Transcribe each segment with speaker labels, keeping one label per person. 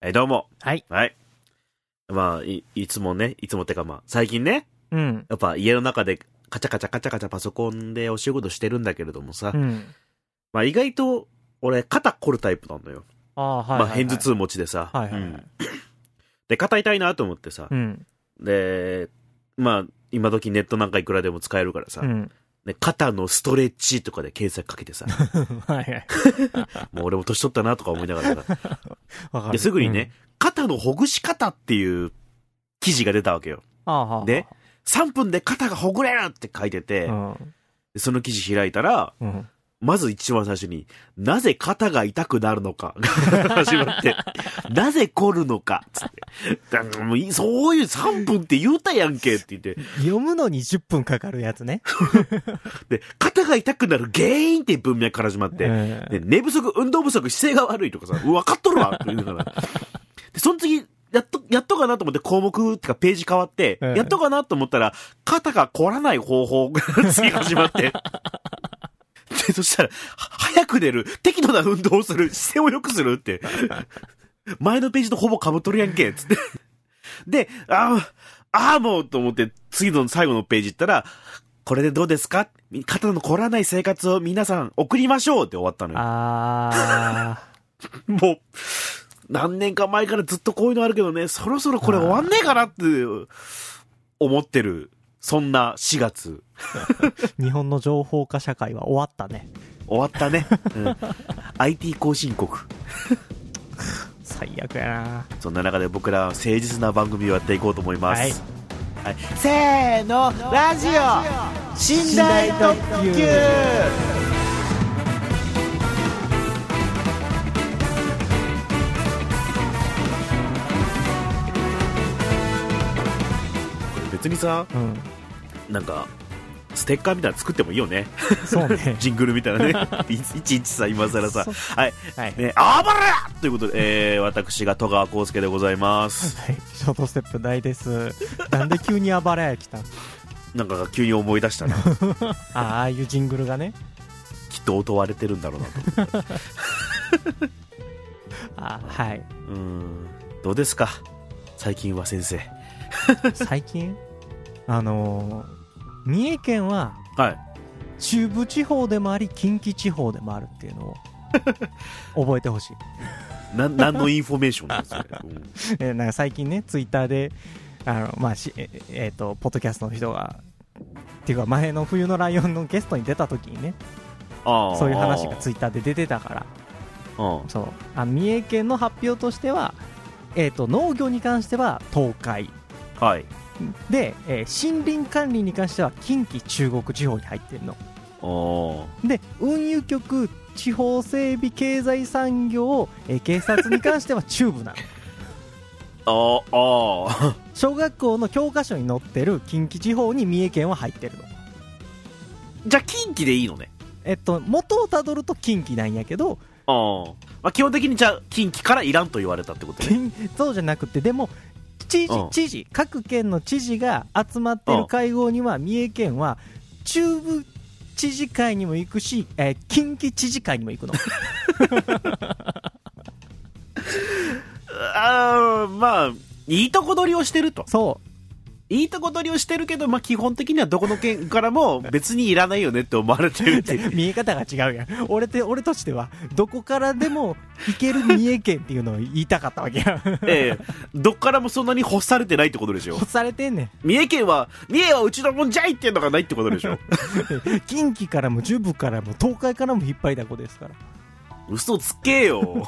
Speaker 1: えーどうも。
Speaker 2: はい。
Speaker 1: はい。まあ、い、いつもね、いつもってかまあ、最近ね、
Speaker 2: うん。
Speaker 1: やっぱ家の中でカチャカチャカチャカチャパソコンでお仕事してるんだけれどもさ、
Speaker 2: うん。
Speaker 1: まあ意外と、俺、肩凝るタイプなのよ。
Speaker 2: ああ、はい、はい
Speaker 1: ま
Speaker 2: は
Speaker 1: あ、
Speaker 2: い。
Speaker 1: 偏頭痛持ちでさ。
Speaker 2: はいはいは
Speaker 1: う
Speaker 2: い
Speaker 1: ん。で、肩痛いなと思ってさ
Speaker 2: う、ん。
Speaker 1: で、まあ、今時ネットなんかいくらでも使えるからさ、
Speaker 2: うん。
Speaker 1: で肩のストレッチとかで検索かけて さ、
Speaker 2: はいはい。
Speaker 1: もう俺も年取ったなとか思いながら さ、
Speaker 2: わかる。
Speaker 1: ですぐにね、肩のほぐし方っていう記事が出たわけよ。
Speaker 2: うん。ああ、はあ。
Speaker 1: で、3分で肩がほぐれるって書いてて、
Speaker 2: うん。
Speaker 1: でその記事開いたら、
Speaker 2: うん。
Speaker 1: まず一番最初に、なぜ肩が痛くなるのか 始まって、なぜ凝るのかつって。だからもういそういう3分って言うたやんけって言って、
Speaker 2: 読むのに10分かかるやつね。
Speaker 1: で、肩が痛くなる原因っていう文脈から始まって、
Speaker 2: うん
Speaker 1: で寝不足、運動不足、姿勢が悪いとかさ、 分かっとるわって言うから。で、その次、やっと、やっとかなと思って項目ってかページ変わって、
Speaker 2: うん
Speaker 1: やっとかなと思ったら、肩が凝らない方法が次始まって。 で、そしたら、は早く寝る、適度な運動をする、姿勢を良くするって。前のページとほぼ被っとるやんけ、つって。で、あーあーもうと思って、次の最後のページ行ったら、これでどうですか肩の凝らない生活を皆さん送りましょうって終わったのよ。
Speaker 2: ああ。
Speaker 1: もう、何年か前からずっとこういうのあるけどね、そろそろこれ終わんねえかなって思ってる。そんな4月。
Speaker 2: 日本の情報化社会は終わったね。
Speaker 1: 終わったね。うん、IT 後進国。
Speaker 2: 最悪やな。
Speaker 1: そんな中で僕らは誠実な番組をやっていこうと思います。
Speaker 2: はい
Speaker 1: はいせーの、ラジオ寝台特急別にさ、
Speaker 2: うん。
Speaker 1: なんか、ステッカーみたいなの作ってもいいよね。。
Speaker 2: そうね
Speaker 1: ジングルみたい なね。いいちいちさ、今更さ
Speaker 2: そ。
Speaker 1: はい。
Speaker 2: はい。
Speaker 1: ね、あばれやということで、えー、私が戸川康介でございます。
Speaker 2: はい。ショートステップ大です。なんで急に暴れや来たん
Speaker 1: なんか急に思い出したな。
Speaker 2: ああ、ああいうジングルがね。
Speaker 1: きっと音割れてるんだろうなと。
Speaker 2: ああ、はい。
Speaker 1: うーん。どうですか最近は先生。
Speaker 2: 最近あのー三重県は
Speaker 1: はい。
Speaker 2: 中部地方でもあり近畿地方でもあるっていうの を覚えてほしい、
Speaker 1: なん、なんのインフォメーションなんですか、うん
Speaker 2: えーなんか最近ねツイッターであの、まあしええーとポッドキャストの人がっていうか前の冬のライオンのゲストに出た時にね
Speaker 1: あー
Speaker 2: そういう話がツイッターで出てたから
Speaker 1: うん
Speaker 2: そうあ三重県の発表としては、えー、と農業に関しては東海
Speaker 1: はい。
Speaker 2: で、えー森林管理に関しては近畿中国地方に入ってるの
Speaker 1: お
Speaker 2: で運輸局地方整備経済産業、えー警察に関し ては中部なの
Speaker 1: あーあ
Speaker 2: 小学校の教科書に載ってる近畿地方に三重県は入ってるの
Speaker 1: ー。 じゃあ、近畿でいいのね。
Speaker 2: えっと元をたどると近畿なんやけど
Speaker 1: あーまあ。基本的にじゃあ、近畿からいらんと言われたってことね。
Speaker 2: 近そうじゃなくてでも
Speaker 1: う
Speaker 2: 知
Speaker 1: ん
Speaker 2: 事知事各県の知事が集まってる会合には三重県は中部知事会にも行くし、えー近畿知事会にも 行くの
Speaker 1: ああ、まあ、いいとこ取りをしてると。
Speaker 2: そ
Speaker 1: いいとこ取りをしてるけど、まあ、基本的にはどこの県からも別にいらないよねって思われてるって いう
Speaker 2: う 見え方が違うやん俺て俺としてはどこからでも行ける三重県っていうのを言いたかったわけや
Speaker 1: ええどっからもそんなに干されてないってことでしょ
Speaker 2: 干されてんねん
Speaker 1: 三重県は三重はうちのもんじゃいっていうのがないってことで しょ
Speaker 2: 近畿からも中部からも東海からも引っ張りだこですから
Speaker 1: 嘘つけ よ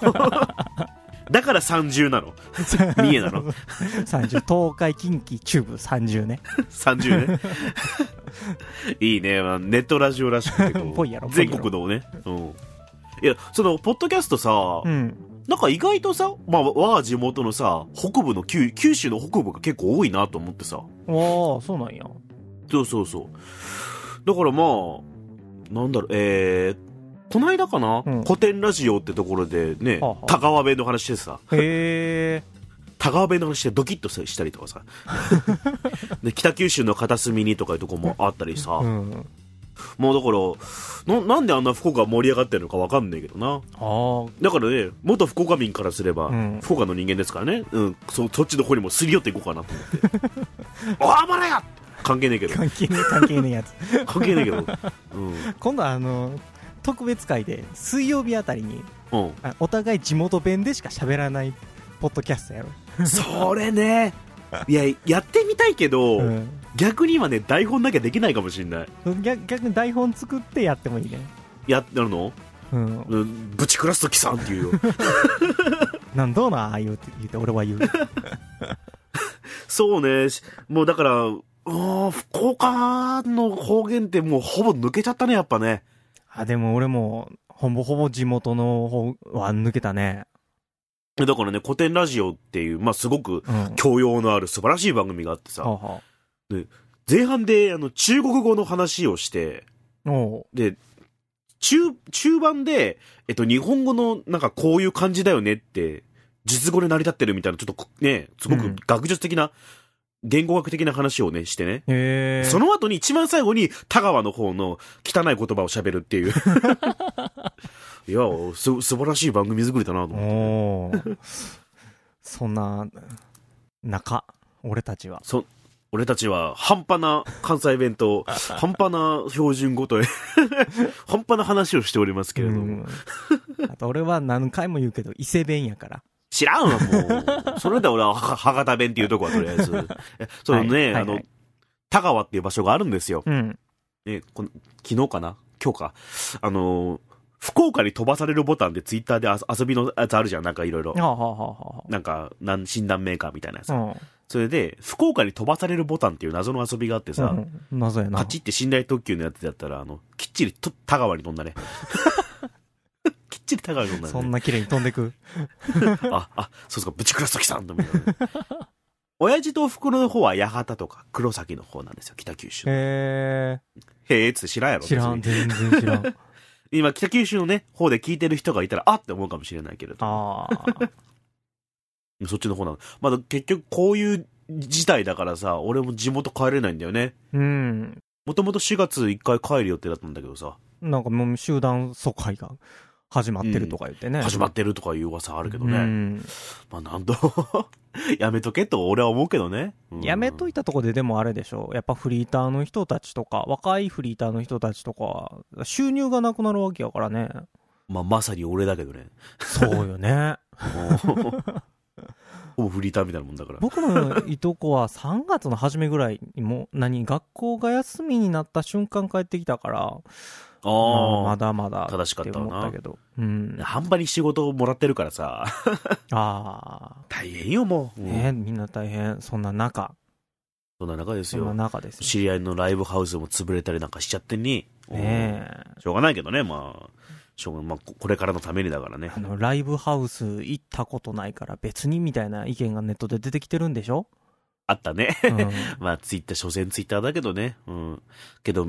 Speaker 1: だから30なの三重な の
Speaker 2: 30東海近畿中部30ね
Speaker 1: 30ね いいね、まあ、ネットラジオらしくてこう
Speaker 2: ぽいやろぽいや
Speaker 1: 全
Speaker 2: ろ
Speaker 1: 国のね、うん、いやそのポッドキャストさ、
Speaker 2: うん
Speaker 1: なんか意外とさ、まあ、我が地元のさ北部の九九州の北部が結構多いなと思ってさ
Speaker 2: おおそうなんや
Speaker 1: そうそうそう。だからまあ、なんだろう、えー、こないだかな、
Speaker 2: うん
Speaker 1: 古典ラジオってところでね、
Speaker 2: はあはあ
Speaker 1: 田川弁の話してさ、
Speaker 2: へえ
Speaker 1: 田川弁の話でドキッとしたりと かさ、で北九州の片隅にとかいうとこもあったりさ、
Speaker 2: うん
Speaker 1: もうだからな、なんであんな福岡盛り上がってるのかわかんないけどな。
Speaker 2: あ
Speaker 1: だからね、元福岡民からすれば、
Speaker 2: うん
Speaker 1: 福岡の人間ですからね、うん、そそっちの方にもすり寄っていこうかなと思って。 お暴れや関係ねえけど、
Speaker 2: 関係ねえ関係ねえやつ
Speaker 1: 関係ねえけど、うん、
Speaker 2: 今度はあの特別会で水曜日あたりに
Speaker 1: うん。
Speaker 2: あお互い地元弁でしか喋らないポッドキャストやろ
Speaker 1: それねいややってみたいけど、
Speaker 2: うん
Speaker 1: 逆に今ね台本なきゃできないかもしれない
Speaker 2: 逆逆に台本作ってやってもいいね、
Speaker 1: ややるの、
Speaker 2: うん、
Speaker 1: うん、ぶち暮らすときさんっていうよ
Speaker 2: なんどうなあ言うて言うて俺 は言う
Speaker 1: そうねしもうだからうーん福岡の方言ってもうほぼ抜けちゃったねやっぱね
Speaker 2: あでも俺もほぼほぼ地元の方は抜けたね、
Speaker 1: だからね古典ラジオっていう、まあ、すごく
Speaker 2: うん、は
Speaker 1: 教養のある素晴らしい番組があって
Speaker 2: あ
Speaker 1: さ
Speaker 2: は
Speaker 1: 前半であの中国語の話をして
Speaker 2: あおう
Speaker 1: で中中盤で、えっと、日本語のなんかこういう感じだよねって実語で成り立ってるみたいなちょっとこねすご
Speaker 2: う
Speaker 1: く
Speaker 2: ん
Speaker 1: 学術的な、言語学的な話をねしてね
Speaker 2: へえ
Speaker 1: その後に一番最後に田川の方の汚い言葉を喋るっ ていういやす素晴らしい番組作りだなと思って
Speaker 2: おー そんな中俺たちは
Speaker 1: そ俺たちは半端な関西弁と半端な標準語 と半端な話をしておりますけれども、
Speaker 2: うんあと俺は何回も言うけど伊勢弁やから
Speaker 1: 知らんわ、もう。そ れで俺はは博多弁っていうとこはとりあえず。えそのね、
Speaker 2: はい
Speaker 1: あの、
Speaker 2: はいはい
Speaker 1: 田川っていう場所があるんですよ。
Speaker 2: うん
Speaker 1: ね、この昨日かな今日か。あのー福岡に飛ばされるボタンでツイッターであ遊びのやつあるじゃん、なんかいろいろ
Speaker 2: は。あはあはあは
Speaker 1: なんか、なん診断メーカーみたいなやつ。
Speaker 2: あうん
Speaker 1: それで、福岡に飛ばされるボタンっていう謎の遊びがあってさ、
Speaker 2: うん謎やな
Speaker 1: パチって寝台特急のやつだったら、あの、きっちりと田川に飛んだ ね。きっちり田川に飛んだね。
Speaker 2: そんな綺麗に飛ん でく
Speaker 1: あ、あ、そうですか、ぶち倉崎さんと思 いながら親父とお袋の方は八幡とか黒崎の方なんですよ、北九州。へ
Speaker 2: へ
Speaker 1: え、つって知らんや
Speaker 2: え
Speaker 1: ろ、
Speaker 2: 知らん
Speaker 1: 別に
Speaker 2: 全然知らん
Speaker 1: 今、北九州のね、方で聞いてる人がいたら、あって思うかもしれないけれど。
Speaker 2: ああ
Speaker 1: そっちの方なの。まだ結局、こういう事態だからさ、俺も地元帰れないんだよね。
Speaker 2: うん
Speaker 1: もともと4月1回帰る予定だったんだけどさ、
Speaker 2: なんかもう集団疎開が始まってるとか言ってね、
Speaker 1: 始まってるとかいう噂あるけどね。
Speaker 2: うん
Speaker 1: まあ、なんと、 やめとけと俺は思うけどね。うん
Speaker 2: やめといたとこででもあれでしょやっぱフリーターの人たちとか若いフリーターの人たちとか収入がなくなるわけやからね
Speaker 1: まあ、まさに俺だけどね。
Speaker 2: そうよね
Speaker 1: もうほぼフリーターみたいなもんだから。
Speaker 2: 僕のいとこは3月の初めぐらいにもう何学校が休みになった瞬間帰ってきたからうん
Speaker 1: あ
Speaker 2: ま
Speaker 1: あ、
Speaker 2: だまだ
Speaker 1: 正しか
Speaker 2: っ
Speaker 1: ってたわな
Speaker 2: 思ったけどうんあ
Speaker 1: 半端に仕事をもらってるからさ、
Speaker 2: あ
Speaker 1: 大変よ、もう。
Speaker 2: ーねみんな大変そんな中
Speaker 1: そんな中です
Speaker 2: そんな
Speaker 1: よ。
Speaker 2: 中ですよ
Speaker 1: 知り合いのライブハウスも潰れたりなんかしちゃってに。
Speaker 2: ねえ
Speaker 1: うんしょうがないけどね、まあ。しょうがまあ、ここれからのためにだからね
Speaker 2: あ。のライブハウス行ったことないから別にみたいな意見がネットで出てきてるんで しょ、
Speaker 1: あったね。
Speaker 2: うん
Speaker 1: まあ、ツイッター、所詮ツイッターだけどね。うん。けど、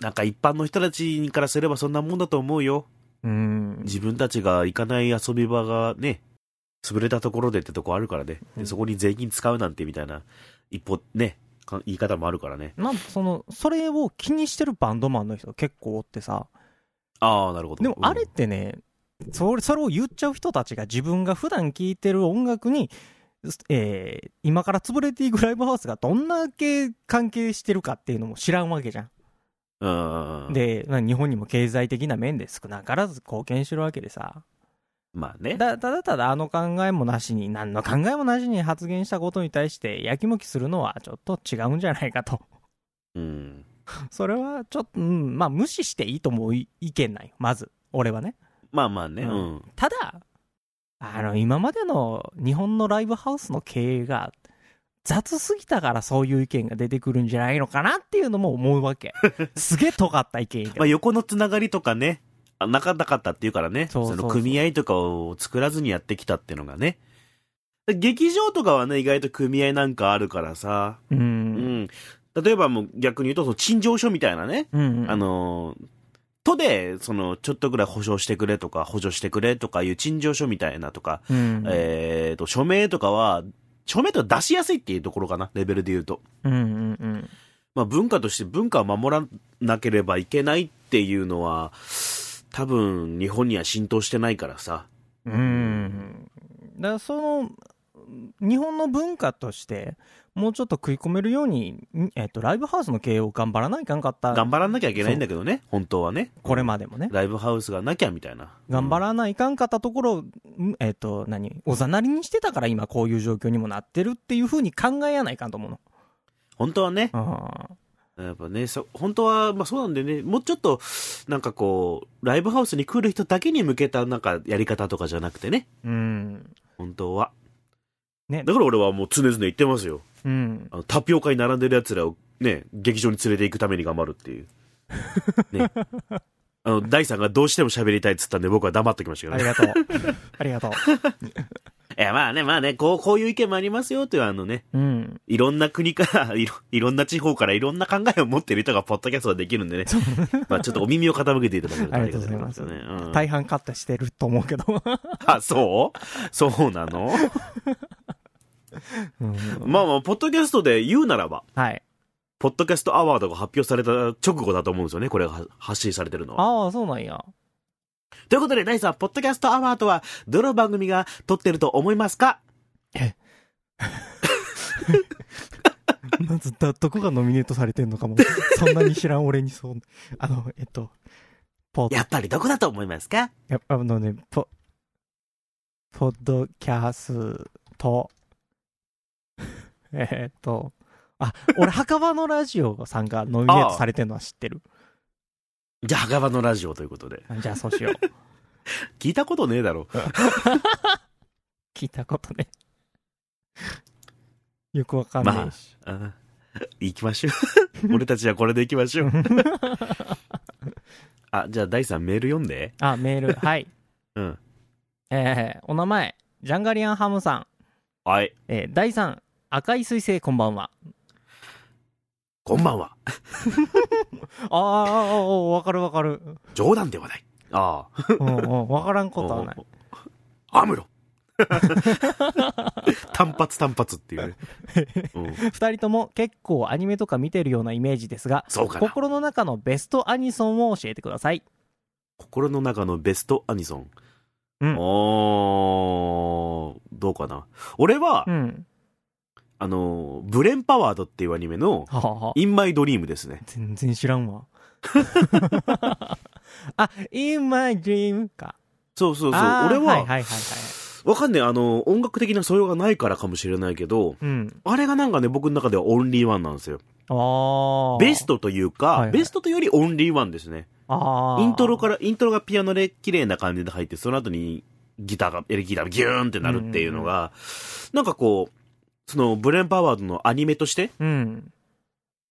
Speaker 1: なんか一般の人たちからすればそんなもんだと思うよ。
Speaker 2: うん、
Speaker 1: 自分たちが行かない遊び場がね、潰れたところでってとこあるからね。
Speaker 2: う
Speaker 1: で
Speaker 2: ん
Speaker 1: そこに税金使うなんてみたいな、一歩ね、か言い方もあるからね。
Speaker 2: なんかそのそれを気にしてるバンドマンの人が結構おってさ
Speaker 1: ああ、なるほど。
Speaker 2: でも
Speaker 1: うん
Speaker 2: あれってね、それそれを言っちゃう人たちが自分が普段聴いてる音楽に、えー今から潰れていくライブハウスがどんだけ関係してるかっていうのも知らんわけじゃん
Speaker 1: うん。で、
Speaker 2: でな日本にも経済的な面で少なからず貢献してるわけでさ
Speaker 1: まあね。
Speaker 2: だただただあの考えもなしに何の考えもなしに発言したことに対してやきもきするのはちょっと違うんじゃないかと
Speaker 1: うん。
Speaker 2: それはちょっと、うん、まあ無視していいと思う意見ないまず俺はね
Speaker 1: まあまあね。う。
Speaker 2: うんただあの今までの日本のライブハウスの経営が雑すぎたからそういう意見が出てくるんじゃないのかなっていうのも思うわけすげえ尖った意見やけ
Speaker 1: ま
Speaker 2: ど
Speaker 1: あ横のつながりとかね、あなかなかったっていうからね。
Speaker 2: そうそうそう
Speaker 1: の組合とかを作らずにやってきたっていうのがね。劇場とかはね、意外と組合なんかあるからさ。
Speaker 2: う
Speaker 1: うんん。例えばもう逆に言うと、その陳情書みたいなね。
Speaker 2: うんうん
Speaker 1: あのー都で、その、ちょっとぐらい保証してくれとか、補助してくれとかいう陳情書みたいなとか、
Speaker 2: うん
Speaker 1: えーと、署名とかは、署名とか出しやすいっていうところかな、レベルで言うと。
Speaker 2: うんうんうん
Speaker 1: まあ、文化として文化を守らなければいけないっていうのは、多分日本には浸透してないからさ。
Speaker 2: うん。だからその、日本の文化として、もうちょっと食い込めるように、んえっと、ライブハウスの経営を頑張らないかんかった。
Speaker 1: 頑張らなきゃいけないんだけどね、本当はね。
Speaker 2: これまでもね。
Speaker 1: ライブハウスがなきゃみたいな。
Speaker 2: 頑張らないかんかったところ、んえっと、何おざなりにしてたから今こういう状況にもなってるっていうふうに考えやないかんと思うの。
Speaker 1: 本当はね、
Speaker 2: あ
Speaker 1: やっぱね、そ本当は、まあそうなんでね、もうちょっと、なんかこう、ライブハウスに来る人だけに向けた、なんかやり方とかじゃなくてね、
Speaker 2: ーうん。
Speaker 1: 本当は。
Speaker 2: ね
Speaker 1: だから俺はもう常々言ってますよ。
Speaker 2: うん。
Speaker 1: あのタピオカに並んでる奴らをね、劇場に連れて行くために頑張るって いう。ね。あの、ダイさんがどうしても喋りたいっつったんで僕は黙っときましたけど
Speaker 2: あ
Speaker 1: ね
Speaker 2: り。がとう。ありがと
Speaker 1: いや、まあね、まあね、こう、こういう意見もありますよというあのね、
Speaker 2: う。うん。
Speaker 1: いろんな国から、 いろ、いろんな地方からいろんな考えを持ってる人がポッドキャストができるんでね。まあちょっとお耳を傾けていただけると
Speaker 2: ありがとうございます
Speaker 1: ありがたいですよね。うん
Speaker 2: 大半カットしてると思うけど。
Speaker 1: あ、そうそうな の
Speaker 2: うん
Speaker 1: まあまあ、ポッドキャストで言うならば、
Speaker 2: はい。
Speaker 1: ポッドキャストアワードが発表された直後だと思うんですよね、これがは発信されてるのは。
Speaker 2: ああ、そうなんや。
Speaker 1: ということで、ダイさん、ポッドキャストアワードは、どの番組が撮ってると思いますか
Speaker 2: まずだ、どこがノミネートされてんのかも。 そんなに知らん俺にそう。あの、えっと、ポッ、
Speaker 1: やっぱりどこだと思いますか
Speaker 2: やあのね、ポ、ポッドキャスト、 えっと、あ、俺、墓場のラジオさんがノミネートされてんのは知ってる。
Speaker 1: じゃあ、墓場のラジオということで。
Speaker 2: じゃあそうしよう。
Speaker 1: 聞いたことねえだろ。
Speaker 2: 聞いたことね。 よくわかんないし。
Speaker 1: あ行きましょう。 俺たちはこれで行きましょう。あ、じゃあ、ダイさん、メール読んで。
Speaker 2: あ、メール、はい。
Speaker 1: うん。
Speaker 2: えー、お名前、ジャンガリアンハムさん。
Speaker 1: はい。
Speaker 2: えー、第3、赤い彗星、こんばんは。
Speaker 1: こんばんは。
Speaker 2: あーあー、あーわかるわかる。
Speaker 1: 冗談ではない。ああ。
Speaker 2: うんうん、わからんことはない。
Speaker 1: アム ロ。単発単発っていうね。うん、
Speaker 2: 二人とも結構アニメとか見てるようなイメージですが、
Speaker 1: そうかな。
Speaker 2: 心の中のベストアニソンを教えてください。
Speaker 1: 心の中のベストアニソン。
Speaker 2: うん
Speaker 1: おーどうかな。俺は、
Speaker 2: うん。
Speaker 1: あの、ブレンパワードっていうアニメの、
Speaker 2: ははは。
Speaker 1: インマイドリームですね。
Speaker 2: 全然知らん わ。あ、In My Dream か。
Speaker 1: そうそうそう。
Speaker 2: あー
Speaker 1: 俺は、
Speaker 2: はいはいはいはい。
Speaker 1: わかんねえ、あの、音楽的な素養がないからかもしれないけど、
Speaker 2: うん。
Speaker 1: あれがなんかね、僕の中ではオンリーワンなんですよ。
Speaker 2: ああ。
Speaker 1: ベストというか、
Speaker 2: はいはい
Speaker 1: ベストというよりオンリーワンですね。
Speaker 2: ああ。
Speaker 1: イントロから、イントロがピアノで綺麗な感じで入って、その後にギターが、エレキギターがギューンってなるっていうのが、なんかこう、その、ブレンパワードのアニメとして、
Speaker 2: ら。うん。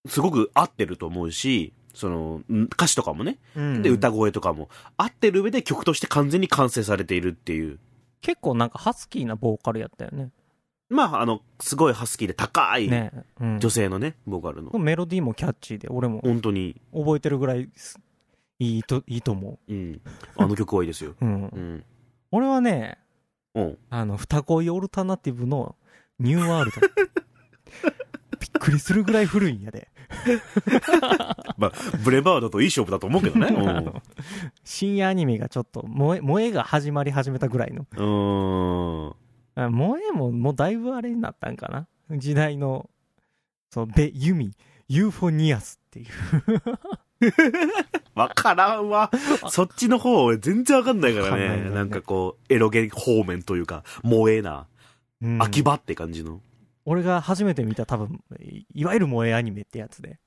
Speaker 1: すごく合ってると思うし、その、ん歌詞とかもね、
Speaker 2: うん、
Speaker 1: で、歌声とかも、合ってる上で曲として完全に完成されているっていう。
Speaker 2: 結構なんかハスキーなボーカルやったよね。
Speaker 1: まあ、あの、すごいハスキーで高い
Speaker 2: ね。うん、
Speaker 1: 女性のね、ボーカルの。
Speaker 2: メロディーもキャッチーで、俺も
Speaker 1: 本当に、
Speaker 2: 覚えてるぐらいすいいと、いいと思
Speaker 1: うん。あの曲多いですよ。
Speaker 2: う。 うん
Speaker 1: う。ん。
Speaker 2: 俺はね、
Speaker 1: うん。
Speaker 2: あの、双恋オルタナティブのニューワールド。びっくりするぐらい古いんやで。
Speaker 1: まあ、ブレバードといい勝負だと思うけどね。う
Speaker 2: あの深夜アニメがちょっと萌え、萌えが始まり始めたぐらいの。
Speaker 1: ん。うーん。
Speaker 2: あ萌えももうだいぶあれになったんかな。時代の、そう、べ、弓、ユーフォニアスっていう。
Speaker 1: わからんわ。そっちの方、俺全然わかんないから
Speaker 2: わかんない
Speaker 1: ね。
Speaker 2: よね
Speaker 1: なんかこう、エロゲ方面というか、萌えな、
Speaker 2: うん
Speaker 1: 秋葉って感じの。
Speaker 2: 俺が初めて見た多分、いいわゆる萌えアニメってやつで。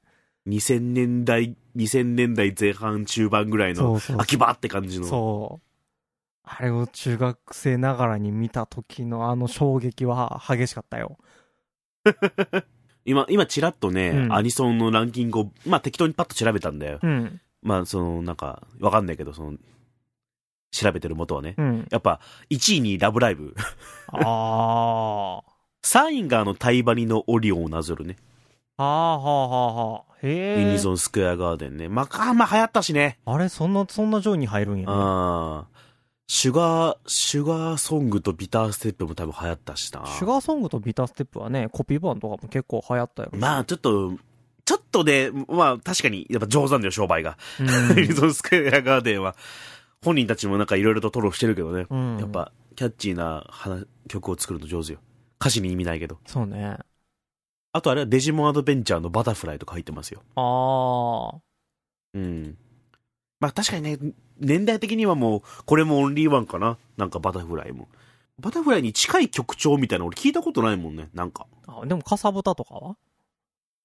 Speaker 1: 2000年代、2000年代前半中盤ぐらいの、
Speaker 2: そうそうそう
Speaker 1: 秋葉って感じの。
Speaker 2: そう。あれを中学生ながらに見た時のあの衝撃は激しかったよ。
Speaker 1: 今、今ちらっとね、
Speaker 2: うん
Speaker 1: アニソンのランキングを、まあ適当にパッと調べたんだよ。
Speaker 2: うん。
Speaker 1: まあその、なんか、わかんないけど、その、調べてる元はね。
Speaker 2: うん。
Speaker 1: やっぱ、1位にラブライブ。
Speaker 2: ああ。は
Speaker 1: 3位があの、タイバニのオリオンをなぞるね。
Speaker 2: あはあはあはあ。
Speaker 1: ユ
Speaker 2: へ
Speaker 1: ニ
Speaker 2: え。
Speaker 1: ゾンスクエアガーデンね。まあ、まあ流行ったしね。
Speaker 2: あれ、そんな、そんな上位に入るんや、ね。
Speaker 1: ああ。シュガー、シュガーソングとビターステップも多分流行ったしな。
Speaker 2: シュガーソングとビターステップはね、コピー版とかも結構流行ったよ。
Speaker 1: まあ、ちょっと、ちょっとね、まあ確かに、やっぱ上手なんだよ、商売が。
Speaker 2: う
Speaker 1: エ リ
Speaker 2: ん
Speaker 1: ゾンスクエアガーデンは。本人たちもなんかいろいろとトロしてるけどね。
Speaker 2: うん
Speaker 1: やっぱ、キャッチーな話曲を作るの上手よ。歌詞に意味ないけど。
Speaker 2: そうね
Speaker 1: あとあれはデジモンアドベンチャーのバタフライとか入ってますよ。
Speaker 2: ああ
Speaker 1: うん。まあ確かにね、年代的にはもう、これもオンリーワンかな。なんかバタフライも。バタフライに近い曲調みたいなの俺聞いたことないもんね、なんか。
Speaker 2: あでもかさぶたとかは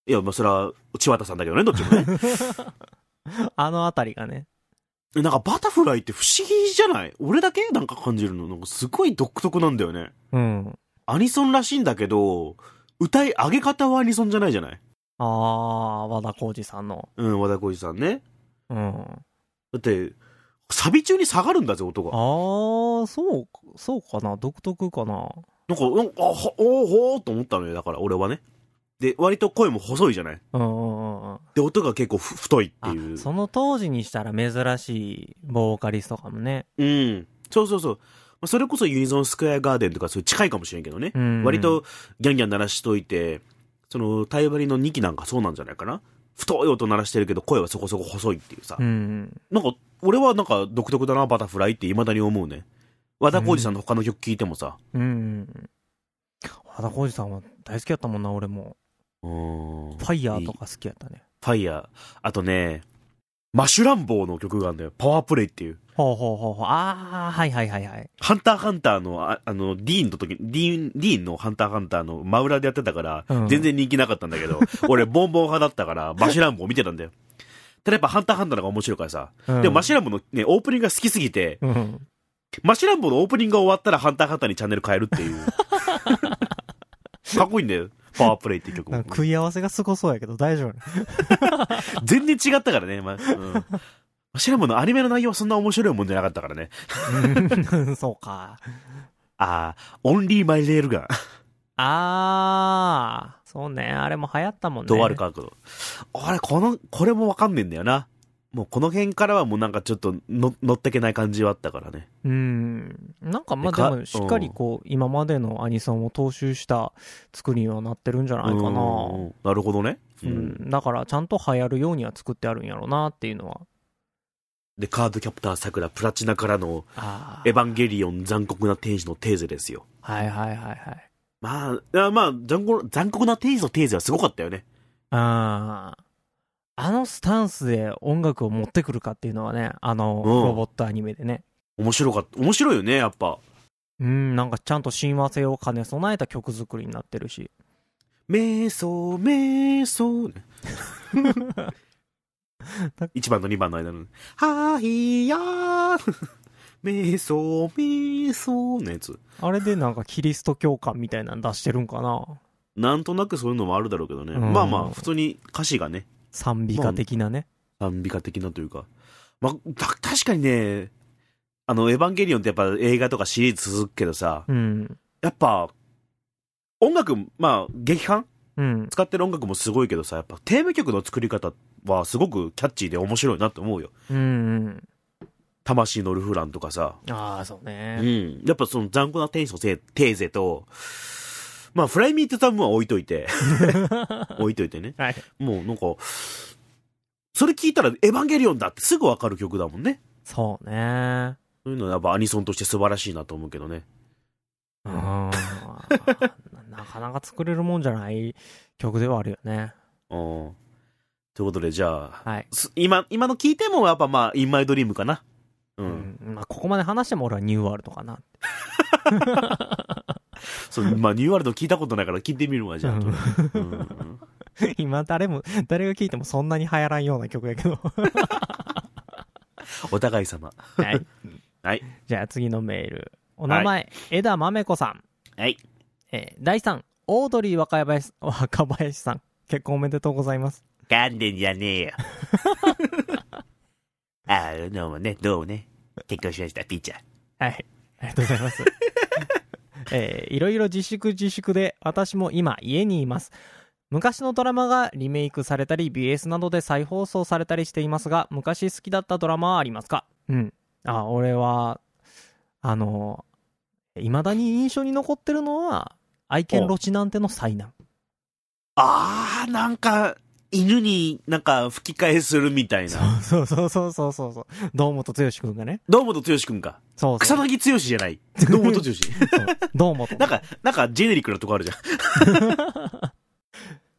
Speaker 2: い
Speaker 1: や、まあそれは、千綿さんだけどね、どっちもね。
Speaker 2: あの辺りがね
Speaker 1: なんかバタフライって不思議じゃない俺だけなんか感じるの。なんかすごい独特なんだよね。
Speaker 2: うん
Speaker 1: アニソンらしいんだけど、歌い上げ方はアニソンじゃないじゃない
Speaker 2: ああ和田浩二さんの
Speaker 1: うん、和田浩二さんね。
Speaker 2: うん
Speaker 1: だって、サビ中に下がるんだぜ、音が。
Speaker 2: ああ、そう、そうかな、独特かな。
Speaker 1: なんか、なんかあ、ほおーほーと思ったのよ、だから俺はね。で、割と声も細いじゃない
Speaker 2: うんうんうんうん。
Speaker 1: で、音が結構ふ太いって
Speaker 2: あ
Speaker 1: いう。
Speaker 2: その当時にしたら珍しいボーカリストかもね。
Speaker 1: うん。そうそうそう。まあそれこそユニゾンスクエアガーデンとかそういう近いかもしれんけどね。
Speaker 2: うん
Speaker 1: 割とギャンギャン鳴らしといて、その、タイバリの2期なんかそうなんじゃないかな。太い音鳴らしてるけど声はそこそこ細いっていうさ。
Speaker 2: うん。
Speaker 1: なんか、俺はなんか独特だな、バタフライって未だに思うね。和田浩二さんの他の曲聴いてもさ。
Speaker 2: うんうんうん。和田浩二さんは大好きやったもんな、俺も。
Speaker 1: うーん。
Speaker 2: ファイヤーとか好きやったね。
Speaker 1: ファイヤー。あとね、マシュランボーの曲があるんだよ。パワープレイっていう。
Speaker 2: ほうほうほうほう。ああ、はいはいはいはい。
Speaker 1: ハンターハンターの、ああの、ディーンの時、ディーン、ディーンのハンターハンターの真裏でやってたから、
Speaker 2: うん
Speaker 1: 全然人気なかったんだけど、俺、ボンボン派だったから、マシュランボー見てたんだよ。ただやっぱハンターハンターの方が面白いからさ。
Speaker 2: うん
Speaker 1: でもマシュランボーのね、オープニングが好きすぎて、
Speaker 2: うん。
Speaker 1: マシュランボーのオープニングが終わったらハンターハンターにチャンネル変えるって いう。かっこいいんだよ。パワープレイっていう曲
Speaker 2: な
Speaker 1: も
Speaker 2: んか。食い合わせがすごそうやけど大丈夫。
Speaker 1: 全然違ったからね、ま、うん。マシュランボーのアニメの内容はそんな面白いもんじゃなかったからね。
Speaker 2: うん そうか。
Speaker 1: ああ、オンリーマイレールガン。
Speaker 2: ああ、そうね。あれも流行ったもんね。
Speaker 1: どうある。角度。あれ、この、これもわかんねえんだよな。もうこの辺からはもうなんかちょっとの乗ってけない感じはあったからね。
Speaker 2: うん。なんかま
Speaker 1: で
Speaker 2: あ
Speaker 1: か
Speaker 2: でもしっかりこう、今までのアニソンを踏襲した作りにはなってるんじゃないかな。
Speaker 1: うーんなるほどね。
Speaker 2: うん、だからちゃんと流行るようには作ってあるんやろうなっていうのは。
Speaker 1: で、カードキャプター桜プラチナからの
Speaker 2: あ
Speaker 1: エヴァンゲリオン残酷な天使のテーゼですよ。
Speaker 2: はいはいはいはい。
Speaker 1: まあ、あまあ、残酷残酷な天使のテーゼはすごかったよね。
Speaker 2: あーあのスタンスで音楽を持ってくるかっていうのはね、あの、
Speaker 1: うん
Speaker 2: ロボットアニメでね。
Speaker 1: 面白かった。面白いよね、やっぱ。
Speaker 2: うん、なんかちゃんと親和性を兼ね備えた曲作りになってるし。
Speaker 1: 瞑想、瞑想。1番と2番の間の、はいやー。瞑想、瞑想のやつ。
Speaker 2: あれでなんかキリスト教感みたいなの出してるんかな
Speaker 1: なんとなくそういうのもあるだろうけどね。
Speaker 2: うん
Speaker 1: まあまあ、普通に歌詞がね、
Speaker 2: 賛美歌的なね。
Speaker 1: 賛美歌的なというか。まあ、た確かにね、あの、エヴァンゲリオンってやっぱ映画とかシリーズ続くけどさ、
Speaker 2: うん。
Speaker 1: やっぱ、音楽、まあ、劇版
Speaker 2: うん。
Speaker 1: 使ってる音楽もすごいけどさ、やっぱテーマ曲の作り方はすごくキャッチーで面白いなと思うよ。
Speaker 2: うんうん。
Speaker 1: 魂のルフランとかさ、
Speaker 2: ああ、そう
Speaker 1: う
Speaker 2: ね。
Speaker 1: ん。やっぱその残酷なテンションせテーゼと、まあ、フライミートタムは置いとい て、置いといてね。
Speaker 2: はい。
Speaker 1: もうなんか、それ聞いたらエヴァンゲリオンだってすぐわかる曲だもんね。
Speaker 2: そうね。
Speaker 1: そういうのはやっぱアニソンとして素晴らしいなと思うけどね。
Speaker 2: うん。なな かなか作れるもんじゃない曲ではあるよね。
Speaker 1: うん。ということでじゃあ、
Speaker 2: はい。
Speaker 1: す今、今の聞いてもやっぱまあ、インマイドリームかな。う。
Speaker 2: うんん。まあ、ここまで話しても俺はニューワールドかな。
Speaker 1: そう、まあ、ニューワールド聞いたことないから聞いてみるわ、じゃあ。
Speaker 2: うん
Speaker 1: うん
Speaker 2: 今誰も、誰が聴いてもそんなに流行らんような曲やけど。
Speaker 1: お互い様。
Speaker 2: はい。
Speaker 1: はい。
Speaker 2: じゃあ次のメール。お名前、枝豆子さん。
Speaker 1: はい。
Speaker 2: えー、第3、オードリー若林、若林さん。結婚おめでとうございます。
Speaker 1: ガンデンじゃねえよ。 ああ、どうもね、どうもね。結婚しました、ピーチャー。
Speaker 2: はい。ありがとうござい ます。えーいろいろ自粛自粛で、私も今家にいます。昔のドラマがリメイクされたり、BS などで再放送されたりしていますが、昔好きだったドラマはありますかうん。あ、俺は、あの、未だに印象に残ってるのは、愛犬ロチナンテの災難。
Speaker 1: ああ、なんか、犬になんか吹き替えするみたいな。
Speaker 2: そうそうそうそうそうそう。堂本剛くんがね。
Speaker 1: 堂本剛くんか。
Speaker 2: そうそう。
Speaker 1: 草薙剛じゃ ない。堂本剛。
Speaker 2: そう堂 本。
Speaker 1: なんか、なんかジェネリックなとこあるじゃん。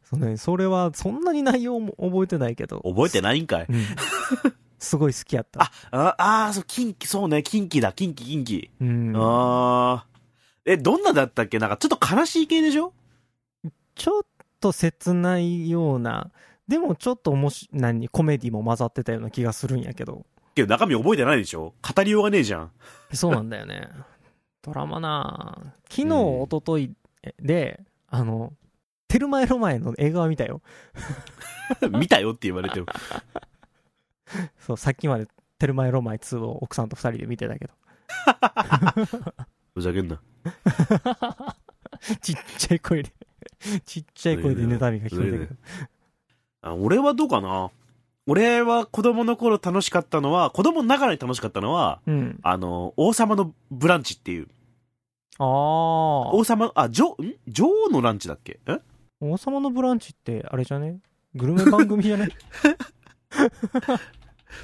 Speaker 2: そうね、それはそんなに内容も覚えてないけど。
Speaker 1: 覚えてないんかい。
Speaker 2: うん。すごい好きやった。
Speaker 1: あ、ああー、そう、近畿、そうね、近畿だ、近畿、近畿。
Speaker 2: うん。
Speaker 1: ああ。え、どんなだったっけなんかちょっと悲しい系でしょ
Speaker 2: ちょっと切ないような、でもちょっとおもし、何、コメディも混ざってたような気がするんやけど。
Speaker 1: けど中身覚えてないでしょ語りようがねえじゃん。
Speaker 2: そうなんだよね。 ドラマなあ昨日、
Speaker 1: うん
Speaker 2: 一昨日で、あの、テルマエロマエの映画は見たよ。
Speaker 1: 見たよって言われても。
Speaker 2: そう、さっきまでテルマエロマエ2を奥さんと二人で見てたけど。
Speaker 1: ふざけんな。
Speaker 2: ちっちゃい声で、 ちっちゃい声でネタミが聞こえてくる。
Speaker 1: あ俺はどうかな俺は子供の頃楽しかったのは、子供ながらに楽しかったのは、
Speaker 2: うん。
Speaker 1: あの、王様のブランチっていう。
Speaker 2: ああ。
Speaker 1: 王様の、あ、ジョ、ん女王のランチだっけん
Speaker 2: 王様のブランチって、あれじゃねグルメ番組じゃね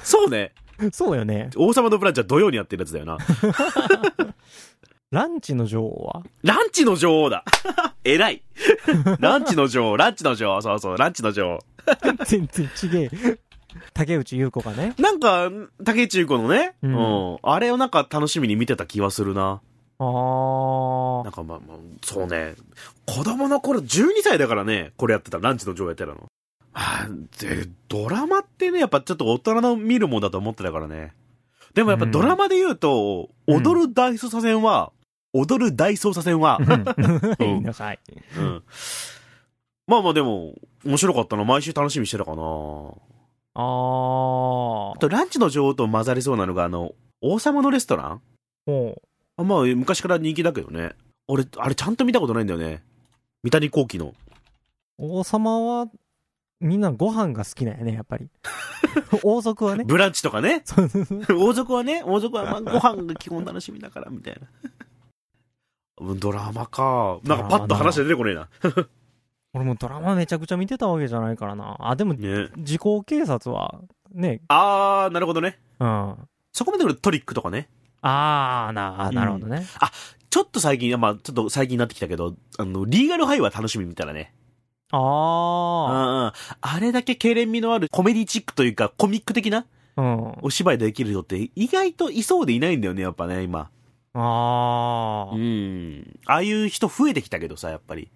Speaker 1: そうね。
Speaker 2: そうよね。
Speaker 1: 王様のブランチは土曜にやってるやつだよな。
Speaker 2: ランチの女王は
Speaker 1: ランチの女王だ 偉いランチの女王、ランチの女王、そうそう、ランチの女王。
Speaker 2: 全然ちげえ。竹内優子がね。
Speaker 1: なんか、竹内優子のね、
Speaker 2: う
Speaker 1: うんん、あれをなんか楽しみに見てた気はするな。
Speaker 2: あー
Speaker 1: な。んかまあまあ、そうね。子供の頃12歳だからね、これやってた、ランチの女王やってたの。あーで、ドラマってね、やっぱちょっと大人の見るもんだと思ってたからね。でもやっぱドラマで言うと、
Speaker 2: うん
Speaker 1: 踊る大捜査線は、踊る大捜査線は、
Speaker 2: う
Speaker 1: うんん
Speaker 2: いいのかい。
Speaker 1: うん。まあまあでも、面白かったな。毎週楽しみにしてたかな。
Speaker 2: あー
Speaker 1: あ。と、ランチの女王と混ざりそうなのが、あの、王様のレストラン
Speaker 2: もう、
Speaker 1: あまあ、昔から人気だけどね。俺、あれちゃんと見たことないんだよね。三谷幸喜の。
Speaker 2: 王様は、みんなご飯が好きなんやね、やっぱり。 王 族はね。
Speaker 1: ブランチとかね。
Speaker 2: そうそうそう
Speaker 1: 王族はね、王族はまあご飯が基本楽しみだから、みたいな。うんドラマか。なんかパッと話が出てこねえな。
Speaker 2: 俺もドラマめちゃくちゃ見てたわけじゃないからな。あ、でも、
Speaker 1: ね。
Speaker 2: 時効警察は、ね、
Speaker 1: あー、なるほどね。
Speaker 2: うん。あ
Speaker 1: そこまで来るとトリックとかね。
Speaker 2: ー、な、なるほどね。
Speaker 1: ちょっと最近、まあちょっと最近になってきたけど、あの、リーガルハイは楽しみみたいなね。
Speaker 2: あ
Speaker 1: うんうんあれだけ痙攣味のあるコメディチックというかコミック的な
Speaker 2: ー。うん。
Speaker 1: お芝居できる人って意外といそうでいないんだよね、やっぱね、今。
Speaker 2: あ
Speaker 1: う
Speaker 2: ー。
Speaker 1: ん。ああいう人増えてきたけどさ、やっぱり。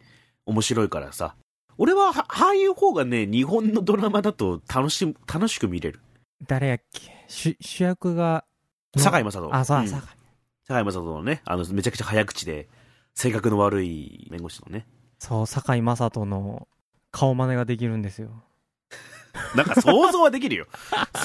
Speaker 1: 面白いからさ。俺は、はああいう方がね、日本のドラマだと楽しむ、楽しく見れる。
Speaker 2: 誰やっけ主主役が。
Speaker 1: 堺雅人。
Speaker 2: あ、そう、
Speaker 1: ん
Speaker 2: 堺。
Speaker 1: 堺雅人のね、あの、めちゃくちゃ早口で、性格の悪い弁護士のね。
Speaker 2: そう、堺雅人の顔真似ができるんですよ。
Speaker 1: なんか想像はでき るよ。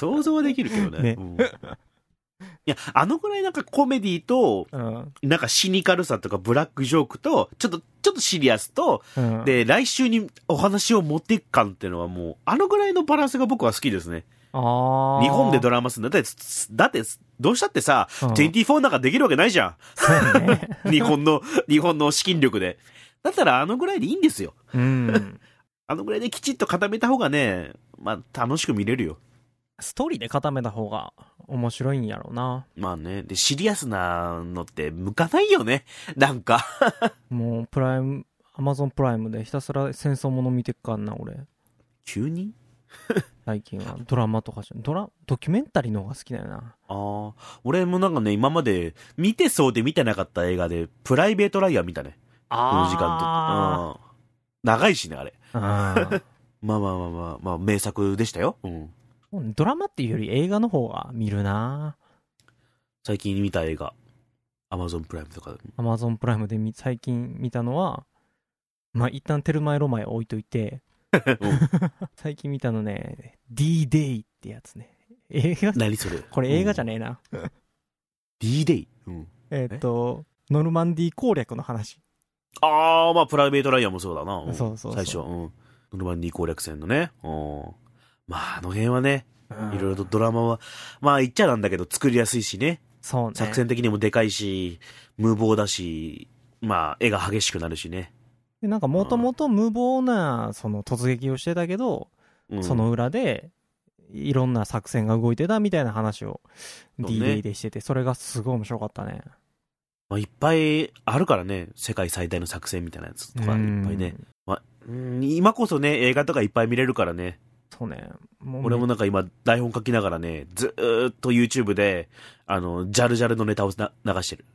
Speaker 1: 想像はできるけどね。
Speaker 2: ね
Speaker 1: うんいや、あのぐらいなんかコメディと、
Speaker 2: うん。
Speaker 1: なんかシニカルさとかブラックジョークと、ちょっと、ちょっとシリアスと、
Speaker 2: うん、
Speaker 1: で、来週にお話を持っていく感っていうのはもう、あのぐらいのバランスが僕は好きですね。
Speaker 2: あー
Speaker 1: 日本でドラマするんだって、つだって、どうしたってさ、
Speaker 2: うん
Speaker 1: 24なんかできるわけないじ ゃ
Speaker 2: そうね。
Speaker 1: ん。日本の、日本の資金力で。だったらあのぐらいでいいんですよ。
Speaker 2: うん。
Speaker 1: あのぐらいできちっと固めた方がね、まあ楽しく見れるよ。
Speaker 2: ストーリーで固めた方が面白いんやろうな。
Speaker 1: まあね。で、シリアスなのって向かないよね。なんか。
Speaker 2: もう、プライム、アマゾンプライムでひたすら戦争もの見てっかんな、俺。
Speaker 1: 急に
Speaker 2: 最近は。ドラマとかじゃ、ドラ、ドキュメンタリーの方が好きだよな。
Speaker 1: ああ、俺もなんかね、今まで見てそうで見てなかった映画で、プライベートライアー見たね。この時間と。うん長いしね、あれ。
Speaker 2: あー。
Speaker 1: まあまあまあまあ、まあ、名作でしたよ。うん。
Speaker 2: うんドラマっていうより映画の方が見るな。
Speaker 1: 最近見た映画。アマゾンプライムとか。
Speaker 2: アマゾンプライムでみ最近見たのは、まあ、一旦テルマエロマエ置いと いて、最近見たのね、D-Day ってやつね。映画
Speaker 1: 何それ
Speaker 2: これ映画じゃ
Speaker 1: ね、
Speaker 2: ねえな。
Speaker 1: うん ?D-Day。うん。
Speaker 2: えーっと、ノルマンディー攻略の話。
Speaker 1: ああ、まあ、プライベートライアーもそうだな。ん
Speaker 2: そうそうそう
Speaker 1: 最初。うん。ノルマンディー攻略戦のね。うん。まあ、あの辺はね、いろいろとドラマは、まあ、言っちゃなんだけど、作りやすいしね。
Speaker 2: そうね。
Speaker 1: 作戦的にもでかいし、無謀だし、まあ、絵が激しくなるしね。
Speaker 2: でなんかもともと無謀な、その突撃をしてたけど、
Speaker 1: うん
Speaker 2: その裏でいろんな作戦が動いてたみたいな話を
Speaker 1: そうね
Speaker 2: D-Day でしててそれがすごい面白かったね
Speaker 1: まあ、いっぱいあるからね、世界最大の作戦みたいなやつとか、いっぱいね。うん今こそね、映画とかいっぱい見れるからね、
Speaker 2: そうねもう
Speaker 1: 俺もなんか今、台本書きながらね、ずーっと YouTube で、あの、ジャルジャルのネタをな流してる。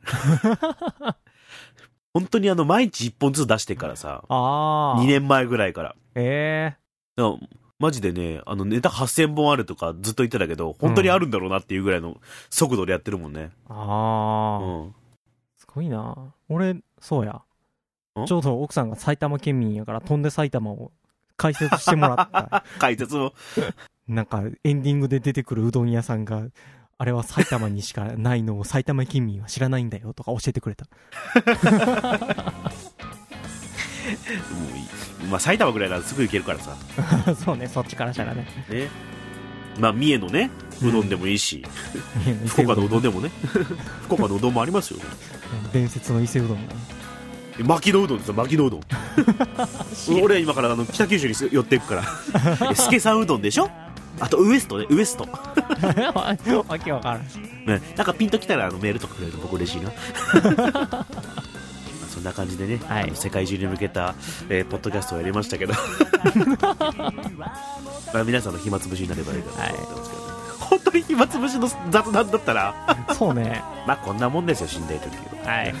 Speaker 1: 本当にあの、毎日1本ずつ出してっからさ、
Speaker 2: ああ
Speaker 1: 2年前ぐらいから。
Speaker 2: え
Speaker 1: だからマジでね、あの、ネタ8000本あるとかずっと言ってたけど、本当にあるんだろうなっていうぐらいの速度でやってるもんね。
Speaker 2: ー、あ
Speaker 1: う
Speaker 2: あ、
Speaker 1: ん。
Speaker 2: すごいな俺そうや
Speaker 1: ん
Speaker 2: ちょうど奥さんが埼玉県民やから飛んで埼玉を解説してもらった
Speaker 1: 解説も、
Speaker 2: なんかエンディングで出てくるうどん屋さんがあれは埼玉にしかないのを埼玉県民は知らないんだよとか教えてくれた
Speaker 1: もういいまあ、埼玉ぐらいならすぐ行けるからさ。
Speaker 2: そうね、そっちからしたら ね。
Speaker 1: ね。まあ、三重のね、うどんでもいいし、福岡のうどんでも ね、福岡のうどんもありますよね。
Speaker 2: 伝説の伊勢うどんが。
Speaker 1: 巻きのうどんですよ、巻きのうどん。俺は今からあの北九州に寄っていく から。スケさんうどんでしょあとウエストね、ウエスト。
Speaker 2: わけわからん。
Speaker 1: ね、なんかピンときたらあのメールとかくれると僕嬉 しいな。そんな感じでね、
Speaker 2: はい
Speaker 1: あの世界中に向けた、えーポッドキャストをやりました けどまあ皆さんの暇つぶしになればいいかなと思ってますけど、ね本当に暇つぶしの雑談だったら
Speaker 2: そうね。
Speaker 1: まあこんなもんですよ死んでる時
Speaker 2: はい。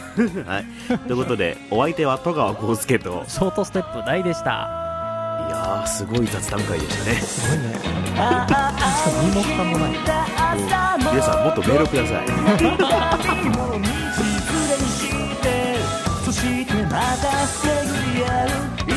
Speaker 1: はい、ということでお相手は戸川浩介とい
Speaker 2: ショートステップ大でした。
Speaker 1: やーすごい雑談会でしたね
Speaker 2: すごいね。 しかも身も蓋もない。
Speaker 1: 皆さんもっとメールをください
Speaker 3: 失礼してそしてまたすぐやる